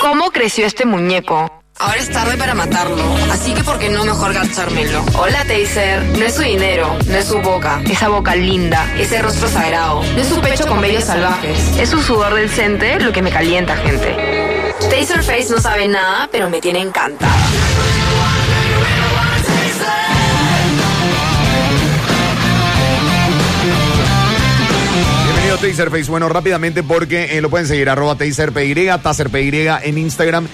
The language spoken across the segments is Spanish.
¿Cómo creció este muñeco? Ahora es tarde para matarlo, así que ¿por qué no mejor gachármelo? Hola, Taser. No es su dinero, no es su boca, Esa boca linda. ese rostro sagrado, No es su pecho con vellos salvajes. Es su sudor del cente lo que me calienta, gente. Taserface no sabe nada, pero me tiene encantada. Bienvenido Taserface. Bueno, rápidamente porque eh, lo pueden seguir arroba taserpy, taserpy en Instagram,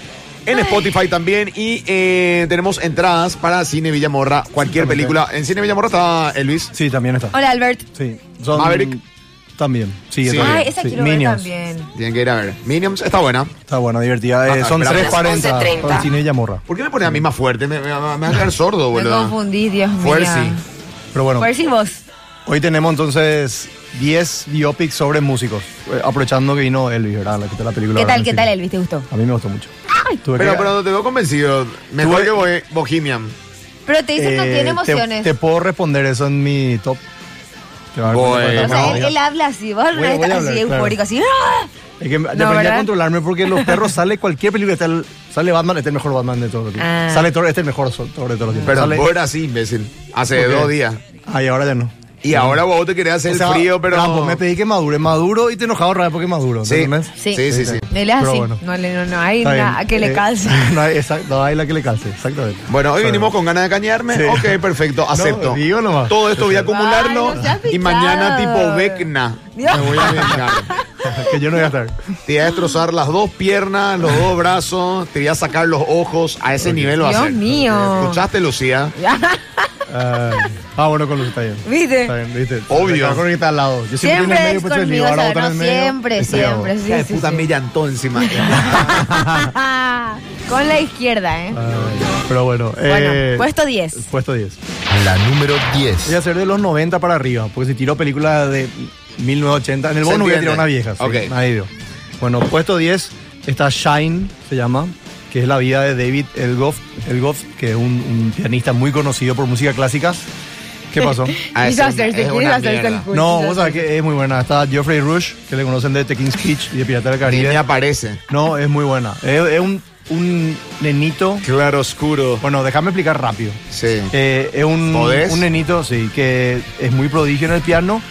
en Spotify también. Y eh, tenemos entradas para Cine Villamorra, cualquier película. En Cine Villamorra está eh, Elvis. Sí, también está. Hola, Albert. Sí. Son- Maverick. También. Sí, Sí. también. Ay, esa Sí. quiero Minions. ver también. Tienen que ir a ver. Minions está buena. Está buena, divertida. Eh, Ah, son pero- 3.40 11:30. con cine y Yamorra. ¿Por qué me pones a mí más fuerte? Me, me- me va a quedar sordo, Ah. Me boludo. confundí, Dios mío. Fuerzi. Pero bueno, Fuerzi vos. hoy tenemos entonces 10 biopics sobre músicos. Eh, aprovechando que vino Elvis, ¿verdad? La, que está la película. ¿Qué tal, en qué fin. tal, Elvis? ¿Te gustó? A mí me gustó mucho. Tuve Pero, que- pero te veo convencido. Mejor Tuve- que Bohe- Bohemian. Pero te dice que no eh, tiene te- emociones. Te, puedo responder eso en mi top. Te va a dar Bueno. cuenta o cuando- sea, él, él habla así, vos no voy a estás así hablar, claro. eufórico, así. ¡ah! Es que aprendí a ¿verdad? controlarme porque los perros sale cualquier película. está el- sale Batman, este es el mejor Batman de todos los tiempos. Ah. Sale Thor, este es el mejor sol- Thor de todos los tiempos. Pero Sale- vos eras así, imbécil. Hace ¿Por qué? dos días. Ay, ahora ya no. Y ahora vos te querés hacer O el sea, frío, pero. Rambo, me pedí que madure. Maduro y te enojaba otra vez porque maduro. Sí. ¿entendés? Sí. Sí, sí, sí. Él es Pero así. bueno. No, le- no, no hay Está bien. nada que le Eh, calce. no, hay, exacto, no hay la que le calce, exactamente. Bueno, hoy Pero- vinimos con ganas de cañarme. Sí. Ok, perfecto, acepto. digo nomás. Todo esto voy a acumularlo Ay, no seas y mañana tipo picado. Vecna Dios. me voy a vengar. que yo no voy a estar. Te voy a destrozar las dos piernas, los dos brazos, te voy a sacar los ojos. A ese nivel va a Dios ser. mío. ¿Escuchaste, Lucía? Ay, ah, bueno, con los está bien. ¿Viste? Está bien, ¿viste? Obvio. Me cago en que está al lado. Yo siempre, Siempre tengo el medio es pecho conmigo, desnivelado, o sea, ahora otra no en el medio. siempre, Está siempre, bien. sí, Hija de sí, puta sí. me llantó encima. Con la izquierda, ¿eh? Ay, pero bueno. eh, bueno, puesto 10. Puesto 10. La número Voy a 10. hacer de los 90 para arriba, porque si tiró películas de 1980, en el Se bono voy a entiende. tirar una vieja. sí, Ok. nadie dio. Bueno, puesto 10 está Shine, se llama, que es la vida de David Elgoff, Elgoff que es un, un pianista muy conocido por música clásica. ¿Qué pasó? Ah, es Quiso una- hacerse, es quiso una hacerse mierda. el culo. No, vos sabés que es muy buena. Está Geoffrey Rush, que le conocen de The King's Speech y de Pirata del Ni me Caribe. aparece. No, es muy buena. Es, es un, un nenito. Claro oscuro. Bueno, déjame explicar rápido. Sí. Eh, es un, ¿Podés? un nenito, sí, que es muy prodigio en el piano.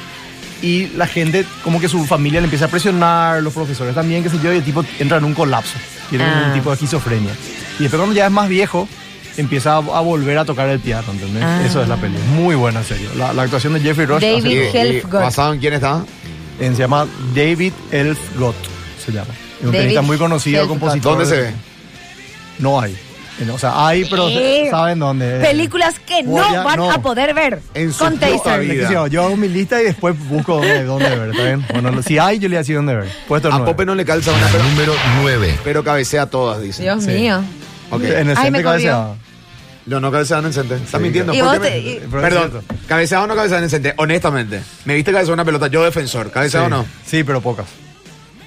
Y la gente, como que su familia le empieza a presionar, los profesores también, qué sé yo, y el tipo entra en un colapso. Tiene Ah. un tipo de esquizofrenia. Y después cuando ya es más viejo, empieza a, a volver a tocar el piano, ¿entendés? Eso es la peli. Muy buena, en serio. La, la actuación de Jeffrey Rush. Y- Ah. David hace- y Helfgott. ¿Basado en quién está? en- se llama David Elfgott, se llama. Es un David pianista muy conocido, Elfgott. compositor. ¿Dónde se ve? No hay. En- O sea, hay, pero Eh, saben dónde. Películas que no Voy a- van no. a poder ver. En su con puta Taser. vida. Qué sé yo, Yo hago mi lista y después busco dónde, dónde ver, ¿está bien? Bueno, lo- si hay, yo le voy a decir dónde ver. Puesto A nueve. Pope no le calza una, pero, La número 9. pero cabecea todas, dice. Dios Sí. mío. Ok. En el Ay, centro me cabeza. No, no cabeceaban en Cente. Estás Sí, mintiendo. claro. ¿por Y qué vos me- te- y- Pero es Perdón, cabeceado o no cabeceado en Cente, honestamente. Me viste cabeceado una pelota, yo defensor. ¿Cabeceado o no? Sí, pero pocas.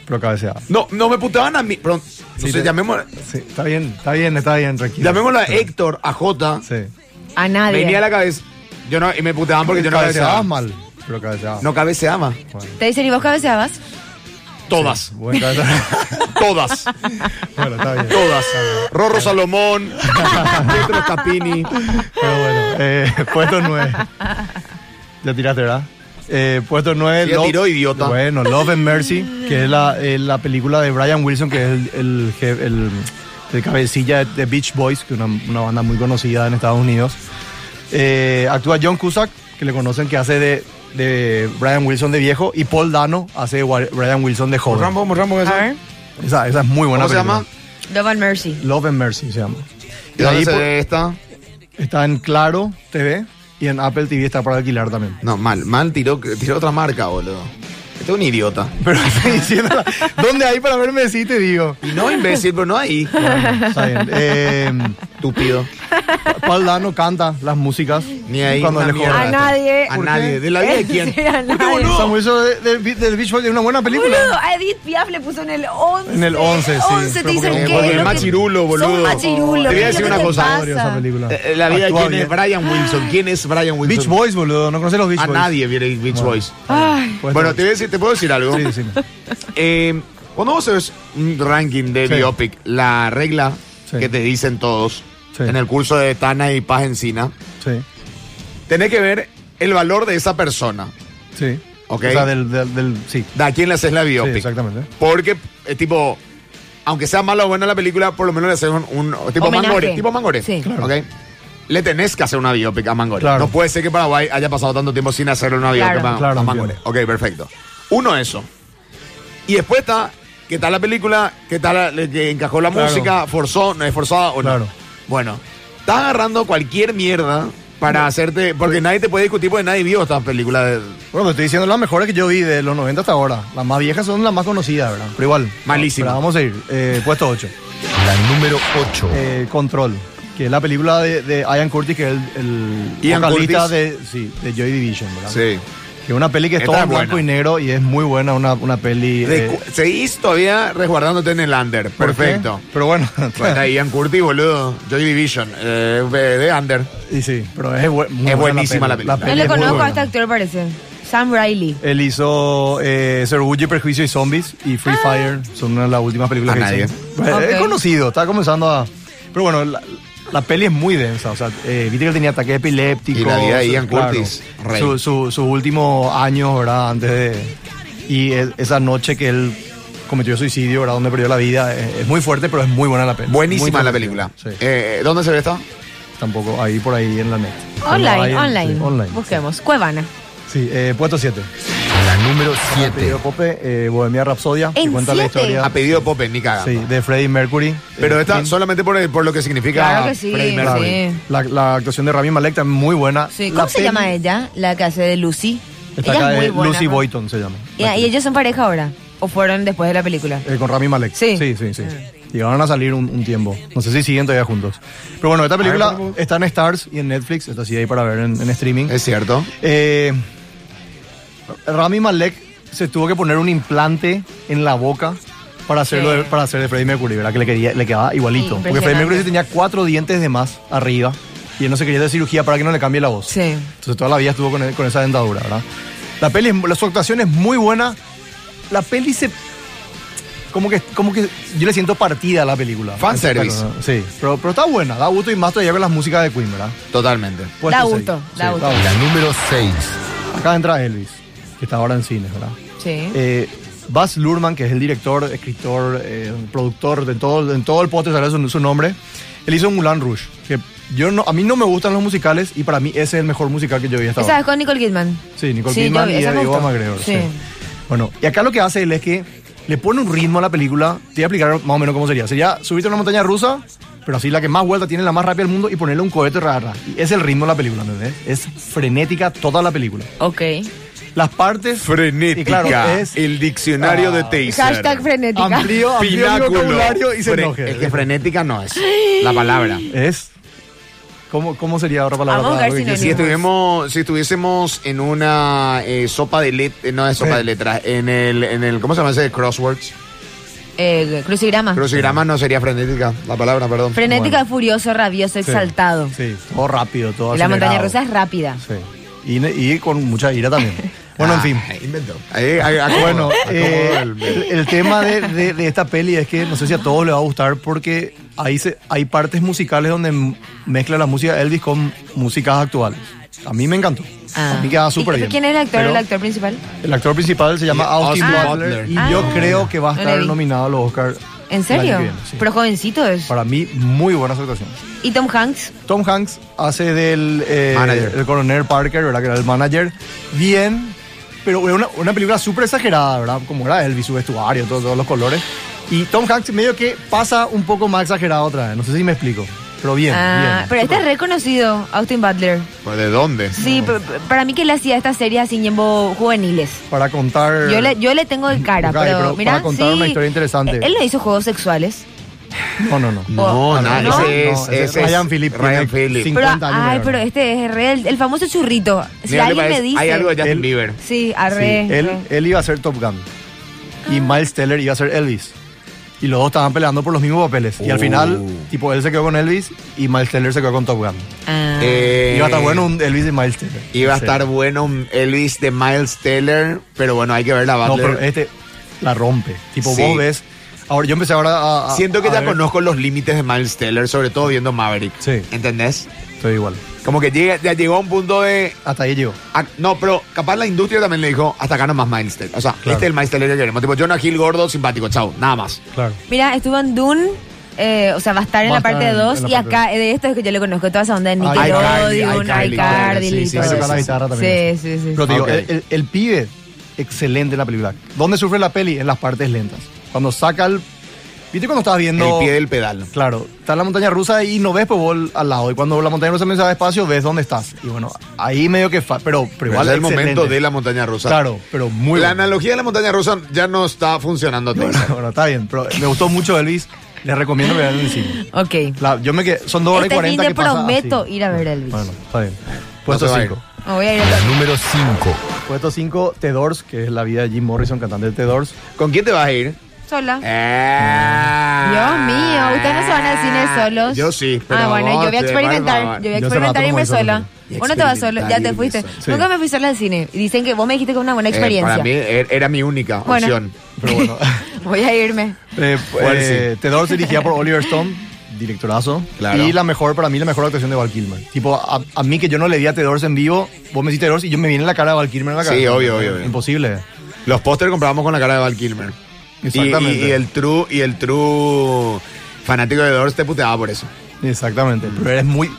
Pero cabeceada. No, no me putaban a mí. Perdón, no Sí, sé, te- llamémosla, Sí, está bien, está bien, está bien, tranquilo. llamémosla a Sí. Héctor, a J. Sí. A nadie. Venía a la cabeza. Yo no, y me puteaban porque yo no cabeceaba. cabeceabas mal, pero cabeceabas. No cabeceaba. Taser, ¿y vos cabeceabas? Todas. Buen cabeceado. Todas. bueno, está bien. Todas. Rorro Salomón, Pietro Capini. Pero bueno, eh, puesto 9. Ya tiraste, ¿verdad? Eh, puesto 9. Sí, ya tiró, idiota. Bueno, Love and Mercy, que es la, eh, la película de Brian Wilson, que es el, el, je- el- el cabecilla de, de Beach Boys, que es una, una banda muy conocida en Estados Unidos. Eh, actúa John Cusack, que le conocen que hace de, de Brian Wilson de viejo, y Paul Dano hace de Wa- Brian Wilson de joven. Rambo, A ver. Esa, esa es muy buena ¿Cómo se película. llama? Love and Mercy. Love and Mercy se llama. ¿Y dónde ahí se por- ve esta? Está en Claro TV y en Apple TV está para alquilar también. No, mal. Mal tiró, tiró otra marca, boludo. Este es un idiota. Pero estoy diciendo, ¿dónde hay para verme si te digo? Y no imbécil, pero no ahí. Bueno, está bien. Eh, Estúpido. Paul Dano canta las músicas. Ni ahí. Cuando una él es mierda. A joven. nadie. A ¿Por nadie. qué? ¿De la vida de quién? Sí, a ¿Por qué, nadie. boludo? Samuel hizo de- de- del Beach Boy de una buena película. Boludo, a Edith Piaf le puso en el 11. En el 11, sí. 11 te Pero dicen porque- que. porque es es lo que- machirulo, son boludo. Te voy machirulo, a ¿qué es decir lo una que te cosa. pasa? Odio esa película. Eh, La vida de Actúa quién bien. es Brian Wilson. ¿Quién es Brian Wilson? Beach Boys, boludo. ¿No conoces los Beach A Boys? nadie viene Beach Boys. Puesto- Bueno, te, voy a decir- te puedo decir algo. Sí, decime. Eh, Cuando vos haces un ranking de Sí. biopic, la regla Sí. que te dicen todos Sí. en el curso de Tana y Paz Encina, Sí, tenés que ver el valor de esa persona. sí. Ok. O sea, del, del, del- sí. De a quién le haces la biopic. Sí, exactamente. Porque, eh, tipo, aunque sea mala o buena la película, por lo menos le haces un, un- tipo Homenaje. Mangore. Tipo Mangore. Sí. Claro. ¿ok? Le tenés que hacer una biopic a Mangore. Claro. No puede ser que Paraguay haya pasado tanto tiempo sin hacerle una biopic Claro. a, a Claro, Mangore. entiendo. Ok, perfecto. Uno, eso. Y después está, ¿qué tal la película? ¿Qué tal la- le- que encajó la Claro. música? ¿Forzó? ¿No es forzada o no? Claro. Bueno, estás agarrando cualquier mierda para hacerte. Porque nadie te puede discutir porque nadie vio esta película de. Bueno, te estoy diciendo las mejores que yo vi de los 90 hasta ahora. Las más viejas son las más conocidas, ¿verdad? Pero igual. Malísimo. Pero vamos a ir. Eh, puesto 8. La número 8. eh, Control, que es la película de, de Ian Curtis, que es el, el Ian vocalista Curtis. de, sí, de Joy Division, ¿verdad? Que es una peli que es Esta toda es en blanco buena. y negro y es muy buena, una, una peli... eh, Recu- Seguís todavía resguardándote en el under. ¿por qué? Perfecto. Pero bueno, Bueno, está Ian Curtis, boludo. Joy Division. eh, de under. y sí, pero es, bu- muy Es buena buenísima la película. No Él le es muy conozco a buena. este actor, parece. Sam Riley. Él hizo eh, Ser Orgullo y Prejuicio y Zombies y Free Fire, son una de las últimas películas A que nadie. hizo. Pues, Ah. Ok. Es conocido, está comenzando a... Pero bueno, la, la peli es muy densa, o sea, eh, viste que él tenía ataques epilépticos. Y la vida de Ian claro. Curtis, rey. Su, su, sus últimos años, ¿verdad? Antes de... Y e- esa noche que él cometió suicidio, ¿verdad? Donde perdió la vida, eh, es, muy fuerte, pero es muy buena la peli. Buenísima Muy la buena. película. Sí, Eh, ¿Dónde se ve esta? tampoco, ahí por ahí en la net. Ahí Online, en- online. sí, online. Busquemos. Cuevana. Sí, eh, puesto 7. La número Pedido 7. Pope, eh, Bohemia Rapsodia, que ¿En cuenta la siete? historia A pedido Pope, ni caga. sí, de Freddie Mercury. Pero Eh, esta y- solamente por, por lo que significa. Claro que sí, Freddie Mercury. sí. la, la actuación de Rami Malek también muy buena. Sí, ¿Cómo La se peli- llama ella? La que hace de Lucy. Esta ella acá es muy es buena. Lucy ¿no? Boyton se llama. Y, y ellos son pareja ahora. ¿O fueron después de la película? Eh, con Rami Malek. Sí. Mm. Sí, sí, sí. Llegaron a salir un, un tiempo. No sé si siguen todavía juntos. Pero bueno, esta película está en Stars y en Netflix. Está así ahí para ver en, en streaming. Es cierto. Eh, Rami Malek se tuvo que poner un implante en la boca para hacerlo de, Sí. para hacer de Freddie Mercury, ¿verdad? Que le, quería, le quedaba igualito. Porque Freddie Impresionante. Mercury sí tenía cuatro dientes de más arriba y él no se quería hacer cirugía para que no le cambie la voz. Sí. Entonces toda la vida estuvo con, con esa dentadura, ¿verdad? La peli, es- la- su actuación es muy buena. La peli se... Como que, como que yo le siento partida a la película. Fanservice. Esa- Sí, pero, pero está buena, da gusto y más todavía con las músicas de Queen, ¿verdad? Totalmente. Puesto Da seis. gusto, da gusto. La número 6. Acá entra Elvis, que está ahora en cines, ¿verdad? Sí. Eh, Baz Luhrmann, que es el director, escritor, eh, productor de todo, en todo el pote sale su, su nombre. Él hizo Mulan Rouge, que yo no, a mí no me gustan los musicales y para mí ese es el mejor musical que yo vi hasta Esa es ahora. con Nicole Kidman. Sí, Nicole Sí, Kidman yo- y esa me Ewan gustó. McGregor. sí. Sí. Bueno, y acá lo que hace él es que le pone un ritmo a la película. Te voy a explicar más o menos cómo sería. Sería subirte a una montaña rusa, pero así la que más vuelta tiene, la más rápida del mundo, y ponerle un cohete rara. Y es el ritmo de la película, ¿entendés? Es frenética toda la película. Ok. Las partes... Frenética. Y claro, es- Ah. El diccionario de Taser. Hashtag frenética. Amplío, amplío mi Pináculo. vocabulario y se Fre- enoje. Es que frenética no es la palabra. Es. ¿Cómo, cómo sería otra palabra? Vamos a para buscar lo que sinónimos. Si quieras? estuviésemos, si estuviésemos en una eh, sopa de letras, no es sopa Sí. de letras, en el, en el, ¿cómo se llama ese? Crosswords. Eh, Ah. crucigrama. Crucigrama no sería frenética, la palabra, perdón. Frenética, furioso, rabioso, Sí, exaltado. Sí, todo rápido, todo Y la montaña acelerado. rusa es rápida. Sí. Y, ne- y con mucha ira también. Bueno, en fin. Ah, inventó. Ahí- ahí- acomodo, Bueno, acomodo eh, el- el, el tema de, de- de esta peli es que no sé si a todos les va a gustar porque ahí se, hay partes musicales donde m- mezcla la música de Elvis con músicas actuales. A mí me encantó. Ah. A mí queda ¿Y súper qué- bien. ¿Quién es el actor, Pero el actor principal? el actor principal se llama Y- Austin Austin Butler. Butler. Y Ah. yo creo que va a No le estar vi. nominado a los Oscars. ¿En serio? sí. Pero jovencito es. Para mí, muy buenas actuaciones. ¿Y Tom Hanks? Tom Hanks hace del eh, Manager. el coronel Parker, ¿verdad? Que era el manager. Bien, pero era una, una película súper exagerada, ¿verdad? Como era Elvis, su vestuario, todo- todos los colores. Y Tom Hanks medio que pasa un poco más exagerado otra vez. No sé si me explico. Pero bien, Ah, bien. pero este es reconocido, Austin Butler. ¿Pero pues, ¿De dónde? Sí, p- p- para mí que él hacía estas series así en Jimbo juveniles. Para contar... Yo le, yo le tengo de cara, Ok, pero, pero mira, para contar sí, Eh, una historia interesante. Él no hizo juegos sexuales. No, no, no. No, Oh, nada, no, ese no, es, ese es ese es Ryan Phillippe, Ryan tiene Phillippe. cinco- Pero, 50 años, ay, la pero verdad. este es re el, el famoso churrito. Si Mira, alguien le me parece- dice. Hay algo de Justin Él- Bieber. Sí, Sí, arre. Ah. él, re. él iba a ser Top Gun. Y Miles Teller iba a ser Elvis. Y los dos estaban peleando por los mismos papeles. Y al Oh. final, tipo, él se quedó con Elvis y Miles Teller se quedó con Top Gun. Ah. Eh, Iba a estar bueno un Elvis y Miles Teller. Iba a Sí. estar bueno Elvis de Miles Taylor, pero bueno, hay que ver la No, Butler. pero este. la rompe. Tipo, Sí. vos ves. Ahora, yo empecé ahora a. a- Siento que Ah, a ya ver- conozco los límites de Miles Teller, sobre todo viendo Maverick. Sí. ¿Entendés? Estoy igual. Como que llega, ya llegó a un punto de. Hasta ahí llegó. ah, no, pero capaz la industria también le dijo, hasta acá nomás Miles Teller. O sea, Claro. este es el Miles Teller que queremos. Tipo, Jonah Hill gordo, simpático, chao, nada más. Claro. Mira, estuvo en Dune. eh, o sea, va a estar en Va a la estar parte en- 2 en la y parte acá eh, de esto es que yo le conozco toda esa onda de iCarly, Nickelodeon, iCarly, iCarly, sí, y sí, todo Y toca la eso. guitarra también. Sí, sí, sí. Pero te digo, Ok. el, el- el pibe, excelente en la película. ¿Dónde sufre la peli? En las partes lentas. Cuando saca el. ¿Viste cuando estás viendo. El pie del pedal. Claro, está la montaña rusa y no ves pues vos al lado. Y cuando la montaña rusa empieza despacio, ves dónde estás. Y bueno, ahí medio que. fa- Pero, pero Pero igual. es el momento excelente. de la montaña rusa. Claro, pero muy la bueno. analogía de la montaña rusa ya no está funcionando. Bueno, Taser. bueno, está bien, pero me gustó mucho Elvis. Les recomiendo que vean el cine. Ok. La- yo me quedé, son 2 horas y Este 40 fin de que pasa prometo así. ir a ver Elvis. Bueno, está bien. Puesto se va a 5. Me voy a ir a- La número 5. Puesto 5, The Doors, que es la vida de Jim Morrison, cantante de The Doors. ¿Con quién te vas a ir? sola. Dios Dios mío, ustedes no se van al cine solos. Yo sí, pero ah, bueno, vos yo voy a te- experimentar. bárbaro. Yo voy Yo a se experimentar mato y como irme eso, sola. pero- Vos no te vas solo, ya te Experimentar y fuiste. irme sola. Nunca Sí. me fui sola al cine. Y Dicen que vos me dijiste que es una buena Eh, experiencia. para mí er- era mi única Bueno. opción. Pero bueno. Voy a irme. Eh, Igual eh, The Doors dirigida por Oliver Stone, directorazo. Claro. Y la mejor, para mí, la mejor actuación de Val Kilmer. Tipo, a, a mí que yo no le di a The Doors en vivo, vos me decís The Doors y yo me viene la cara de Val Kilmer en la Sí, cara. obvio, obvio, obvio. Imposible. Los pósteres comprábamos con la cara de Val Kilmer. Y- Exactamente. Y, y el true y el true fanático de Doors te puteaba por eso. Exactamente, pero eres muy...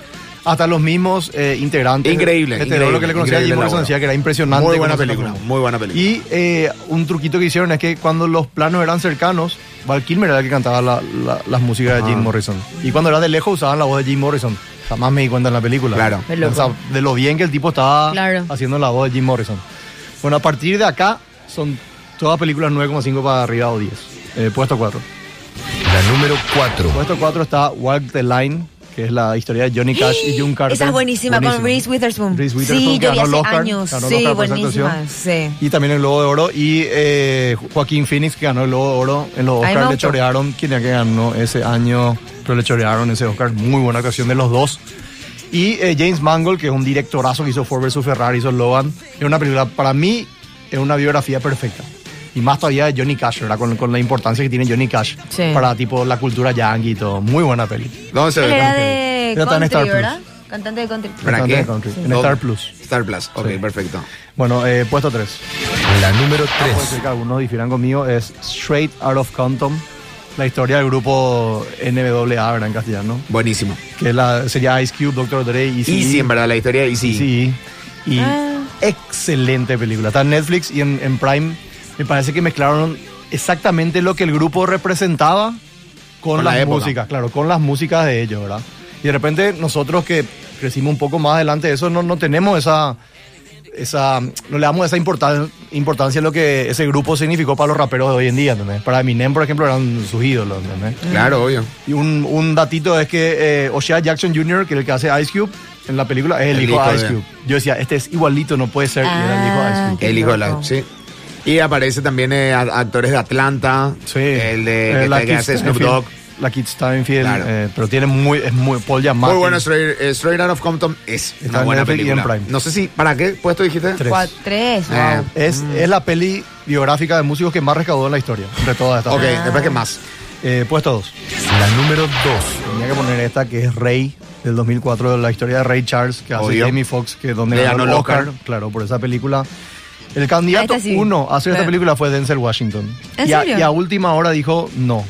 Hasta los mismos eh, integrantes. Increíble, de increíble, Terror, lo que le conocía a increíble Jim la Morrison obra. decía que era impresionante. Muy cómo buena se película, transformó. muy buena película. Y eh, un truquito que hicieron es que cuando los planos eran cercanos, Val Kilmer era el que cantaba la- la- las músicas de Jim Morrison. Y cuando era de lejos usaban la voz de Jim Morrison. Jamás me di cuenta en la película. Claro. Qué loco. O sea, de lo bien que el tipo estaba Claro. haciendo la voz de Jim Morrison. Bueno, a partir de acá son todas películas 9,5 para arriba o 10. Eh, puesto 4. La número 4. Puesto 4 está Walk the Line, que es la historia de Johnny Cash y June Carter. ¡Eh! Esa es buenísima, con Reese Witherspoon. Reese Witherspoon sí, que yo vi ganó hace el Oscar, años. ganó el Sí, Oscar por esa buenísima. actuación. Sí. Y también el Globo de Oro. Y eh, Joaquín Phoenix, que ganó el Globo de Oro. En los Ay, me Oscars le gustó. chorearon. Quien ya que ganó ese año, pero le chorearon ese Oscar. Muy buena actuación de los dos. Y eh, James Mangold, que es un directorazo que hizo Ford vs. Ferrari, hizo Logan. Es una película, para mí, es una biografía perfecta. Y más todavía de Johnny Cash, ¿verdad? Con, con la importancia que tiene Johnny Cash Sí. para tipo la cultura yankee y todo. Muy buena peli. ¿Dónde se Él ve? era Era de tan country, Star Plus. ¿verdad? Cantante de country. ¿Para Country qué? Country, en ¿Dónde? Star Plus. Star Plus, ok, Sí. perfecto. Bueno, eh, puesto 3. La número Puede 3. ser que algunos difieran conmigo, es Straight Out of Compton, la historia del grupo NWA, ¿verdad? En castellano, Buenísimo. que es la, sería Ice Cube, Dr. Dre, y Y sí, en verdad, la historia y sí. Sí, y Ah. excelente película. Está en Netflix y en, en Prime. Me parece que mezclaron exactamente lo que el grupo representaba con, Con la las época. músicas, claro, con las músicas de ellos, ¿verdad? Y de repente nosotros que crecimos un poco más adelante de eso, no, no tenemos esa... Esa, no le damos esa importan- importancia a lo que ese grupo significó para los raperos de hoy en día, ¿entendés? Para Eminem, por ejemplo, eran sus ídolos, ¿entendés? Claro, obvio. Y un, un datito es que eh, O'Shea Jackson Jr., que es el que hace Ice Cube, en la película es el, hijo, de Ice Cube. Yo decía, este es igualito, no puede ser. y era el hijo de Ice Ah, Cube. Qué El hijo de la. loco. Sí. Y aparece también eh, a- actores de Atlanta. Sí. Ah. El de Eh, que, que hace Snoop Dogg. Steinfeld, La Kid Steinfeld. Claro. eh, pero tiene muy, es muy, Paul Giamatti. Muy bueno, Straight, eh, Straight Out of Compton es Está una en buena Netflix y en película. Prime. No sé si, ¿para qué puesto dijiste? Tres. Cuatro, tres, wow. Eh, Es, es la peli biográfica de músicos que más recaudó en la historia, entre todas estas. Ok, después qué más. Eh, puesto dos. La número 2. Tenía que poner esta que es Rey del 2004, la historia de Ray Charles que hace Obvio. Jamie Foxx, que donde Le ganó el Oscar. claro, por esa película. El candidato Ah, esta sí. uno a hacer esta Claro. película fue Denzel Washington. ¿En y, a, serio? y a última hora dijo no.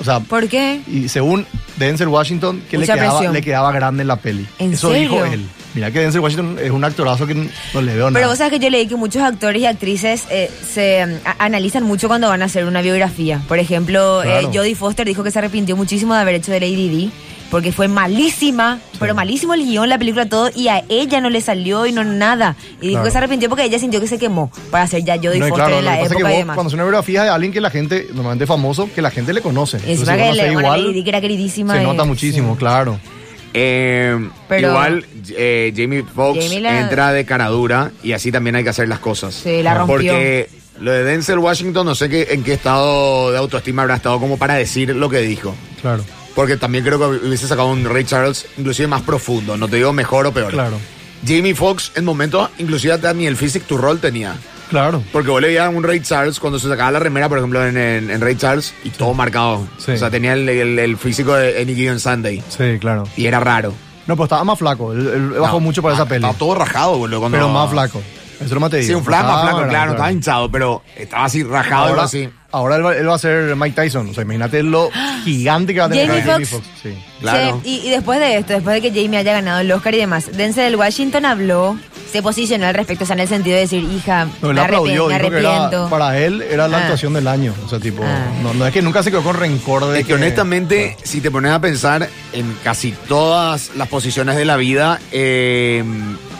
O sea, ¿Por qué? y según Denzel Washington, que le Mucha quedaba, presión. le quedaba grande en la peli. ¿En Eso serio? dijo él. Mira que Denzel Washington es un actorazo que no le veo nada. Pero vos sabes que yo leí que muchos actores y actrices eh, se mm, a- analizan mucho cuando van a hacer una biografía. Por ejemplo, eh, Claro. Jodie Foster dijo que se arrepintió muchísimo de haber hecho de Lady D. Porque fue malísima, pero malísimo el guión, la película, todo, y a ella no le salió y no nada. Y dijo Claro. que se arrepintió porque ella sintió que se quemó para hacer ya Jodie No, y Foster claro, lo que en la pasa es que época y vos, demás. cuando es una biografía de alguien que la gente, normalmente famoso, que la gente le conoce. Y Entonces, encima que vos no le sé, bueno, igual, Lady D que era queridísima. se eh, nota muchísimo, sí. claro. Eh, Pero- igual eh, Jamie Foxx Jamie la- entra de cara dura y así también hay que hacer las cosas. Sí, la rompió. Porque lo de Denzel Washington, no sé qué, en qué estado de autoestima habrá estado como para decir lo que dijo. Claro. Porque también creo que hubiese sacado un Ray Charles inclusive más profundo. No te digo mejor o peor. Claro. Jamie Foxx en momentos, inclusive también el physique to role tenía. Claro. Porque vos le veías un Ray Charles cuando se sacaba la remera, por ejemplo, en, en, en Ray Charles, y todo marcado. Sí. O sea, tenía el, el- el físico de Any Given Sunday. Sí, claro. Y era raro. No, pero estaba más flaco. Él, él bajó No, mucho para esa estaba- peli. Estaba todo rajado, boludo. cuando- Pero más flaco. Eso no me te digo. Sí, un flaco, Estaba flaco, más claro, grande, Estaba hinchado, pero estaba así rajado Ahora, ahora sí. ahora él, va, él va a ser Mike Tyson. O sea, imagínate lo gigante que va a tener Jamie que ser Foxx. Sí. Claro. Che, y, y después de esto, después de que Jamie haya ganado el Oscar y demás, Denzel del Washington habló, se posicionó al respecto, o sea, en el sentido de decir, hija, No, él me, arrepi- aplaudió. me dijo que arrepiento. era- para él era la Ah. actuación del año. O sea, tipo, Ah. no, no es que nunca se quedó con rencor de Es que honestamente, si te pones a pensar en casi todas las posiciones de la vida, eh,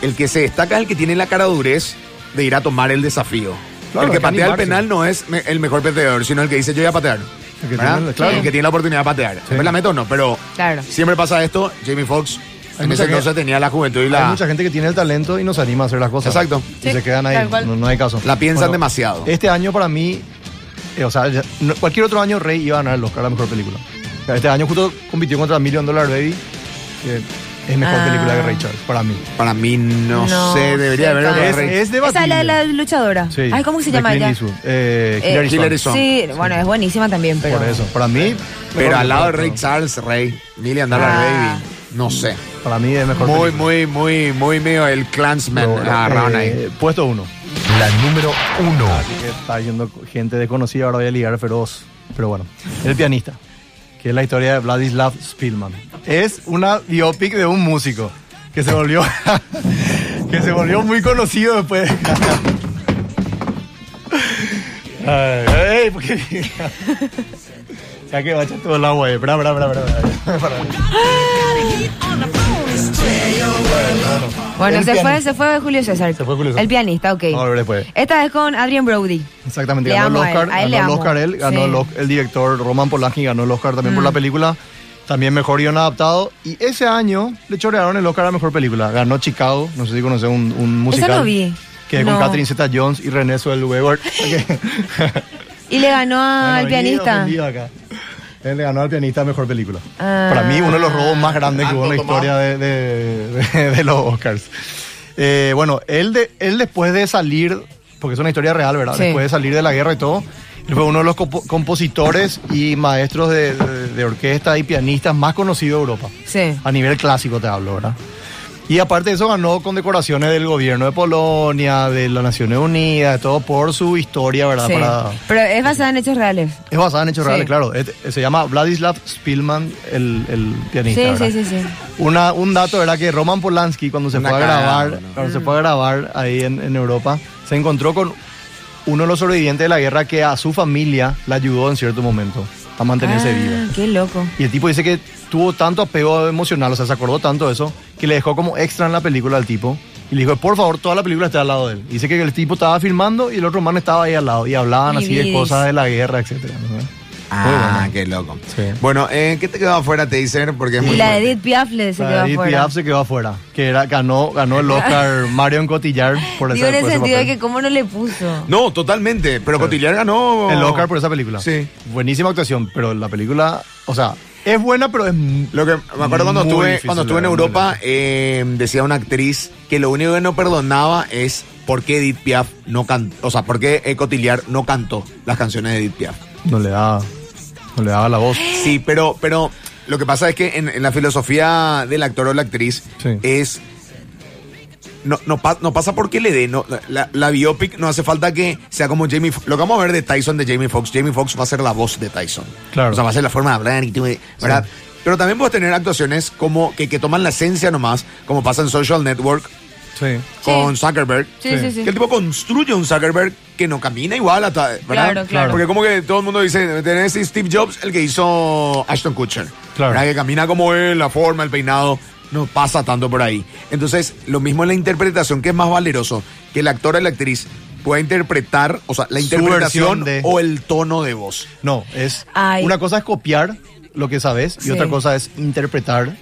el que se destaca es el que tiene la cara durez de ir a tomar el desafío. Claro, el hay que que patea el animarse. penal no es me- el mejor pateador, sino el que dice yo voy a patear. El que ¿Verdad? tiene la- claro. El que tiene la oportunidad de patear. Sí. Me la meto o no, pero Claro. siempre pasa esto. Jamie Foxx Hay en mucha ese gente- entonces tenía la juventud y Hay la... mucha gente que tiene el talento y no se anima a hacer las cosas. Ah. Exacto. Y Sí, se quedan ahí. tal cual. No, no hay caso. La piensan demasiado. Este año para mí, eh, o sea, ya- no- cualquier otro año Rey iba a ganar el Oscar a la mejor película. O sea, Este año justo compitió contra Million Dollar Baby, que es mejor Ah. película que Ray Charles, para mí. Para mí, no, No sé, debería sé, haber otra Es- Rey. es Esa es la de la debatible. luchadora. Sí. Ay, ¿cómo se De llama Clint ella? Eastwock. Eh, Eh, Hilary Hilary Swank. Swank. Sí, bueno, es buenísima también, pero. Por eso. Para mí. Pero mejor al lado de película, Ray Charles, Rey, Million Dollar Ah. Baby, no sé. Para mí es mejor Muy, película. muy, muy, muy medio el Clansman Pero bueno, agarraron ahí. eh, Puesto uno. La número uno. Así que está yendo gente desconocida, ahora voy a ligar feroz. Pero bueno, El pianista, que es la historia de Vladislav Spielman. Es una biopic de un músico que se volvió, que se volvió muy conocido después. Ay, ey, ¿por qué? Ya que va a echar todo el agua ahí. Espera, espera, espera, espera, espera. Bueno, El se fue, pianista. se fue Julio César. Se fue Julio César. El pianista, ok. Vamos a ver después. Esta es con Adrian Brody. Exactamente, Le ganó el amo a él, Oscar. a él le ganó el amo. Oscar él, ganó Sí. Mm. el, Oc- el director Roman Polanski, ganó el Oscar también por la película. También mejor guión adaptado. Y ese año le chorearon el Oscar a mejor película. Ganó Chicago, no sé si conoces un, un musical. no vi. Que es No. con Catherine Zeta Jones y René Zellweger. Y le ganó al Bueno, pianista. ofendido acá. Él le ganó al pianista a mejor película. Ah. Para mí, uno de los robos más grandes que hubo en la historia de, de- de- de los Oscars. Eh, bueno, él, de, él después de salir, porque es una historia real, ¿verdad? Sí. Después de salir de la guerra y todo, él fue uno de los compo- compositores y maestros de, de- de orquesta y pianistas más conocido de Europa. Sí. A nivel clásico te hablo, ¿verdad? Y aparte de eso ganó condecoraciones del gobierno de Polonia, de las Naciones Unidas, de todo por su historia, ¿verdad? sí. Para- Pero es basada en hechos reales. es basada en hechos Sí. reales, claro. Et- Se llama Vladislav Spielman, el, el pianista. Sí, ¿verdad? sí, sí, sí. Una- un dato era que Roman Polanski, cuando se Una fue a cagada, grabar, boludo. cuando se Mm. fue a grabar ahí en, en Europa, se encontró con uno de los sobrevivientes de la guerra que a su familia la ayudó en cierto momento a mantenerse Ah, viva. Qué loco. Y el tipo dice que tuvo tanto apego emocional, o sea, se acordó tanto de eso, que le dejó como extra en la película al tipo. Y le dijo, por favor, toda la película esté al lado de él. Y dice que el tipo estaba filmando y el otro man estaba ahí al lado. Y hablaban Mi así de vidis. cosas de la guerra, etcétera ¿no? Ah, qué loco. Sí. Bueno, eh, ¿qué te quedó afuera, Taser? Porque es Y muy la de fuerte. Edith Piaf le se La quedó Edith afuera. Piaf se quedó afuera. Que era, ganó, ganó el Oscar Marion Cotillard por esa, Digo en el por ese sentido de papel. que cómo no le puso. No, totalmente. Pero Cotillard ganó. El Oscar por esa película. Sí. Buenísima actuación, pero la película, o sea, es buena, pero es... m- Lo que me acuerdo cuando muy estuve, difícil cuando estuve en de ver, Europa, eh, decía una actriz que lo único que no perdonaba es por qué Edith Piaf no cantó. O sea, por qué eh, Cotillard no cantó las canciones de Edith Piaf. No le daba, no le daba la voz. Sí, pero, pero lo que pasa es que en, en la filosofía del actor o la actriz Sí. es. No, no, pa- no pasa porque le dé. No, la, la biopic no hace falta que sea como Jamie Fo- Lo que vamos a ver de Tyson de Jamie Foxx. Jamie Foxx va a ser la voz de Tyson. Claro. O sea, va a ser la forma de hablar y tipo de- ¿verdad? Pero también puedes tener actuaciones como que, que toman la esencia nomás, como pasa en Social Network Sí. con Zuckerberg. Sí, sí, sí. Que el tipo construye un Zuckerberg que no camina igual hasta, ¿verdad? Claro, claro. Porque como que todo el mundo dice, tenés Steve Jobs, el que hizo Ashton Kutcher. Claro. ¿Verdad? Que camina como él, la forma, el peinado, no pasa tanto por ahí. Entonces, lo mismo en la interpretación, que es más valeroso, que el actor o la actriz pueda interpretar, o sea, la Su interpretación versión de- o el tono de voz. No, es Ay. una cosa es copiar lo que sabes y Sí. otra cosa es interpretar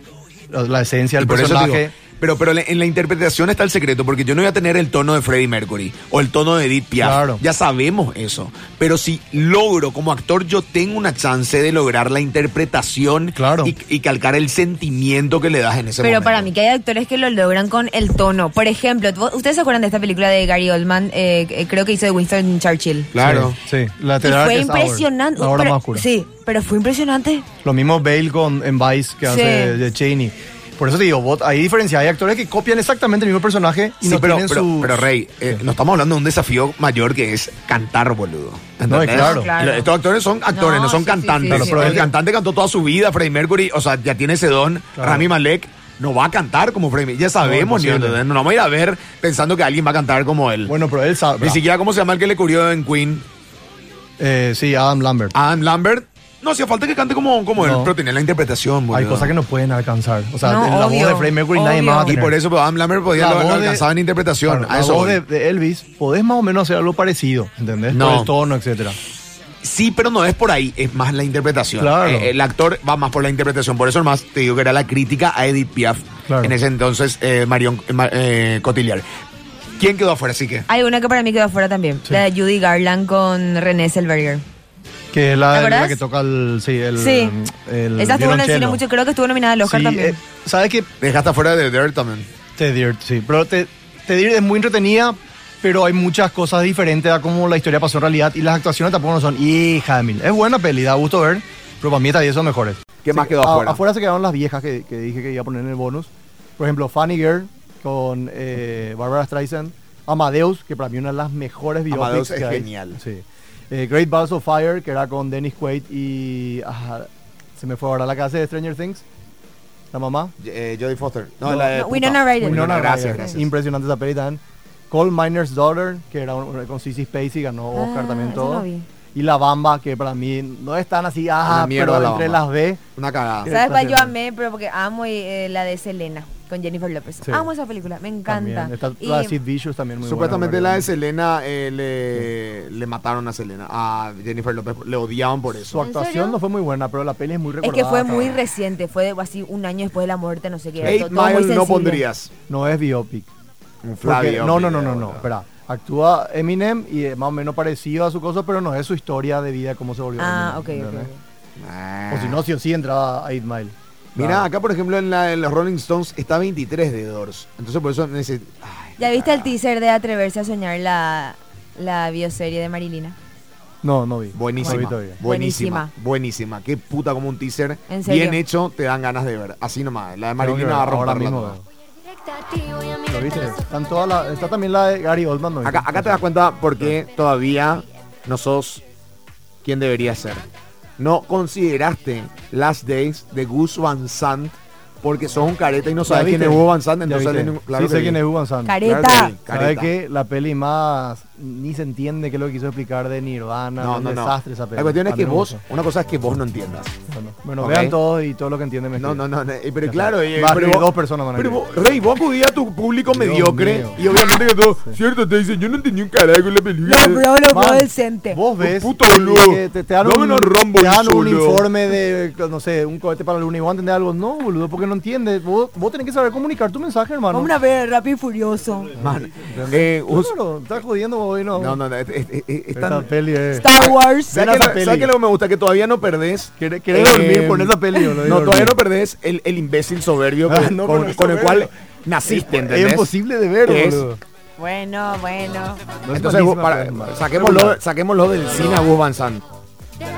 la, la esencia Y del por eso te personaje digo, Pero, pero le- en la interpretación está el secreto, porque yo no voy a tener el tono de Freddie Mercury o el tono de Edith Piaf. Claro. Ya sabemos eso. Pero si logro, como actor, yo tengo una chance de lograr la interpretación Claro. y, y calcar el sentimiento que le das en ese Pero momento. para mí que hay actores que lo logran con el tono. Por ejemplo, ¿vo- ¿ustedes se acuerdan de esta película de Gary Oldman? Eh, eh, creo que hizo de Winston Churchill. Claro. Sí, sí, la Y Teddy fue Darkest Hour, impresionante. La hora Pero- más oscura. Sí, pero fue impresionante. Lo mismo Bale con en Vice que Sí. hace de Cheney. Por eso te digo, vos, hay diferencia. Hay actores que copian exactamente el mismo personaje y Sí, no pero, tienen pero, su. pero, Rey, eh, no estamos hablando de un desafío mayor que es cantar, boludo. No, y ¿Entendés? claro. Claro. Estos actores son actores, no, No, son sí, sí, cantantes. sí, sí, Pero sí. el cantante cantó toda su vida, Freddie Mercury, o sea, ya tiene ese don. Claro. Rami Malek no va a cantar como Freddie Ya sabemos, imposible. ¿entendés? no, vamos a ir a ver pensando que alguien va a cantar como él. Bueno, pero él sabe. Ni siquiera cómo se llama el que le curió en Queen, Eh, sí, Adam Lambert. Adam Lambert. No hacía falta que cante como, como él, No. pero tenía la interpretación, boludo. hay cosas que no pueden alcanzar. O sea, No, en la obvio, voz de Freddie Mercury nadie más va a Y tener. por eso pues, Adam Lambert podía La lo, lo voz de- alcanzaba en interpretación. Claro, a la eso voz voy. de, de Elvis, podés más o menos hacer algo parecido, ¿entendés? No. Por el tono, etcétera. Sí, pero no es por ahí, es más la interpretación. Claro. Eh, el actor va más por la interpretación. Por eso más te digo que era la crítica a Edith Piaf Claro. en ese entonces, eh, Marion eh, Ma- eh, Cotillard. ¿Quién quedó afuera? Así que. Hay una que para mí quedó afuera también. Sí. La de Judy Garland con René Zellweger. Que es la, ¿Te la acordás? que toca el. Sí, el. Sí. el Esa estuvo en el cine violonchelo. mucho. Creo que estuvo nominada al Oscar Sí, también. eh, ¿Sabes qué? Dejaste afuera de Dirt también. Ted Dirt, sí. Pero Ted, Ted Dirt es muy entretenida, pero hay muchas cosas diferentes a cómo la historia pasó en realidad y las actuaciones tampoco no son hija de mil. Es buena peli, da gusto ver, pero para mí estas 10 son mejores. ¿Qué más quedó a- afuera? Ah, Afuera se quedaron las viejas que, que dije que iba a poner en el bonus. Por ejemplo, Funny Girl con eh, Barbara Streisand. Amadeus, que para mí es una de las mejores biopics Amadeus es que hay. genial. Sí. Eh, Great Balls of Fire, que era con Dennis Quaid y... ah, se me fue ahora la casa de Stranger Things. La mamá. Eh, Jodie Foster. No, No, la de no, puta. Winona Ryder. Winona Ryder. gracias, gracias. Impresionante esa peli también. Coal Miner's Daughter, que era un- con Cissy Spacey, ganó Oscar Ah, también esa todo. no vi. Y La Bamba, que para mí no es tan así, ah, Una mierda pero La entre Bamba. las B. Una cagada. ¿Sabes cuál yo Impresionante. amé? Pero porque amo eh, la de Selena con Jennifer López. Sí. Amo esa película, me encanta. También. Está, Y- la de Sid Vicious también muy Supuestamente buena, la de ¿verdad? Selena eh, le, le mataron a Selena, a Jennifer López. Le odiaban por Su eso. actuación serio? no fue muy buena, pero la peli es muy es recordada. que fue muy cabrón. reciente, fue así un año después de la muerte, no sé qué. Eight todo- todo Mile muy no sensible. pondrías. No es biopic. Un Porque- Flavio, no, no, no, video, no, no, boludo. espera. Actúa Eminem y es más o menos parecido a su cosa, pero no es su historia de vida, cómo se volvió. Ah, ok, Eminem, ok. ¿entendés? ok. Ah. O si no, sí o sí entraba a 8 Mile. Mira, acá por ejemplo en, la, en los Rolling Stones está 23 de Doors. Entonces por eso neces- Ay, ¿Ya viste el cagada. teaser de Atreverse a Soñar la, la bioserie de Marilina? No, no vi. No vi Buenísima, todavía. buenísima, buenísima. Qué puta como un teaser. En serio. Bien hecho, te dan ganas de ver. Así nomás. La de Tengo que Marilina va a ver, ahora romperla mismo toda. veo. ¿Lo viste? Están todas las- está también la de Gary Oldman. ¿no? viste? Acá, acá te das cuenta por qué todavía no sos quien debería ser. No consideraste Last Days de Gus Van Sant porque sos un careta y no ¿La sabes quién viste? es Gus Van Sant. ¿La Entonces viste? no- claro sí, que sé vi. quién es Hugo Van Sant. Careta. Claro que vi, ¿Sabes careta. qué? La peli más ni se entiende qué es lo que quiso explicar de Nirvana. No, un no, no. desastre esa peli. La cuestión es A mí que no me vos, gustó. una cosa es que vos no entiendas. Bueno, bueno, Ok. vean todos y todo lo que entienden me No, no, escriben. no, no, eh, pero Ya claro, está. eh, Va a pero escribir vos- dos personas van a pero escribir. vos- Rey, vos acudías a tu público Dios mediocre mío. y obviamente que todo, cierto, te dicen, yo no entendí un carajo la película. Los bro, los Man, bro del Cente. Vos ves. Puto boludo. que Te, te dan Dame un, unos Rambo te dan y un solo. informe de, no sé, un cohete para la luna y vos a entender algo. No, boludo, porque no entiendes. Vos, vos tenés que saber comunicar tu mensaje, hermano. Vamos a ver Rápido y Furioso. Man, eh, us- Claro, estás jodiendo vos hoy, no. no, no, no, es, es- es- es Esta tan- peli es. Star Wars. ¿Sabes Vean qué esa lo- peli. ¿Sabes qué es lo que me gusta? Que todavía no perdés. eh, Querés- querés dormir con esa peli, boludo, y No, todavía dormir. no perdés el, el imbécil soberbio Ah, con, no, con- con el con el cual soberbio. naciste, ¿entendés? Es imposible de ver, Es- boludo. Bueno, bueno. No es Entonces, vos, malísima, para- pero es mala. saquémoslo, saquémoslo del cine a Gus Van Sant.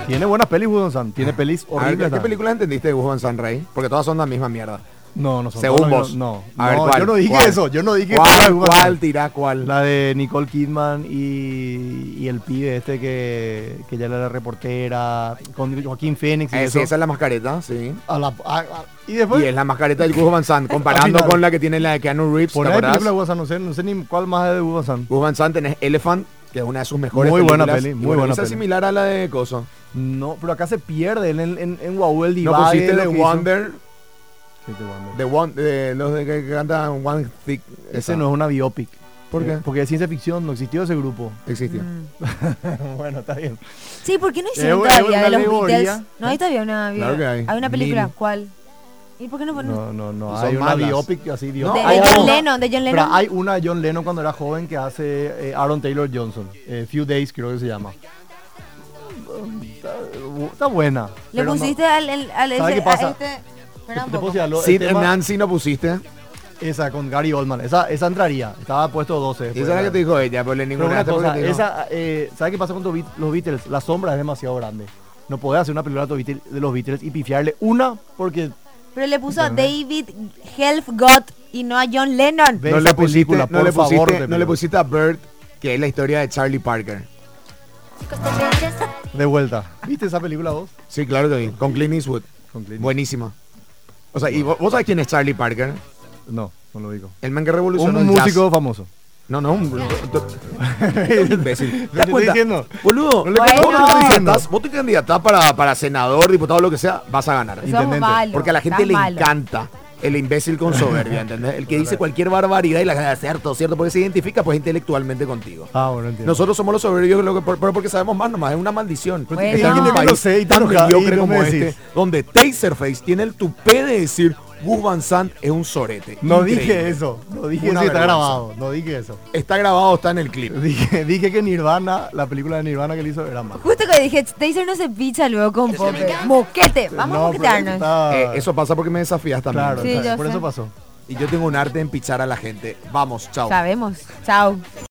Tiene buenas pelis, Woodon Tiene pelis Ah. A ver, horribles. ¿Qué también. película entendiste de Gus Van Sant, Rey? Porque todas son la misma mierda. No, no son. Según todas las vos. mismas- No. A ver, No, ¿cuál? Yo no dije ¿Cuál? eso. Yo no dije fuera de ¿Cuál, Woody cuál Allen. tirá, cuál? La de Nicole Kidman y, y el pibe este que, que ya era la reportera. Con Joaquín Phoenix y Eh, sí, eso. esa es la mascareta, sí. A la- a- a- y Y después. es la mascareta del Gus Van Sant, comparando final. con la que tiene la de Keanu Reeves, ¿te Por ahí acordás? película de Woodon No sé, no sé ni cuál más es de Woodon Gus Van Sant tenés Elephant, que es una de sus mejores Muy buena películas. peli, Y muy bueno, buena esa es peli. similar a la de Coso. No, pero acá se pierde. En, en, en Wow, el No divague pusiste lo The que hizo. Wonder, Sí, The Wonder. The Won- de los de que cantan One Thick. Ese esa. no es una biopic. Eh, ¿Por qué? Porque es ciencia ficción, no existió ese grupo. Existió. bueno, está bien. Sí, ¿por qué no hicieron Eh, bueno, todavía una de los alegoría. Beatles? No hay todavía una. Claro que hay. una película. Mil. ¿Cuál? ¿Y por qué no ponen? No, no, no. Son Hay una malas. biopic así, Dios. De- de hay John una- Lennon, de John pero Lennon. hay una de John Lennon cuando era joven que hace eh, Aaron Taylor Johnson. eh, Few Days creo que se llama. Está, está buena. Le pero no- pusiste al, al, al- ¿Sabe ese- qué pasa? a este. Te- Espera un te puedo poco. decir algo, el Sid tema- Nancy no pusiste. Esa con Gary Oldman. Esa, esa entraría. Estaba puesto pues, 12. Esa después es la de- que te dijo ella, por Pero ninguna una te porque cosa, te dijo. esa, eh, ¿sabes qué pasa con los Beat- los Beatles? La sombra es demasiado grande. No podés hacer una película de los Beatles- de los Beatles y pifiarle una porque Pero le puso a ¿eh? David Helfgott y no a John Lennon. Ve no esa le pusiste, película, no por le pusiste, favor, te no pido. le pusiste a Bird, que es la historia de Charlie Parker. de vuelta. ¿Viste esa película vos? Sí, claro que vi, con Clint Eastwood. Con Clint. Buenísima. O sea, ¿y vos, vos sabés quién es Charlie Parker? No, no lo digo. El man que revolucionó Un el jazz. músico famoso. No, no, un, un imbécil. ¿Qué te estoy diciendo? Boludo, le vos creo. te Bueno. candidatás- vos te candidatás para, para senador, diputado, lo que sea, vas a ganar. Somos intendente. malos. Porque a la gente estás le malo. encanta el imbécil con soberbia, ¿entendés? El que dice cualquier barbaridad y la gana cierto, cierto, porque se identifica pues intelectualmente contigo. Ah, bueno, entiendo. Nosotros somos los soberbios, lo que- por- pero porque sabemos más nomás, es una maldición. Pero Bueno. está en un Y yo lo sé, y tan tú no- y mediocre no me como decís. este, donde Taserface tiene el tupé de decir Gus Van Sant es un sorete. no Increíble. dije eso. No dije Una eso y está vergüenza. grabado. No dije eso. Está grabado, está en el clip. Dije, dije que Nirvana, la película de Nirvana que le hizo era mala. Justo que dije, Taser no se picha luego con Poker. Moquete, vamos a No, pero moquetearnos. está- Eh, eso pasa porque me desafías también. Ah. Claro, Sí, claro, yo por sé. eso pasó. Y yo tengo un arte en pichar a la gente. Vamos, chao. Sabemos. Chao.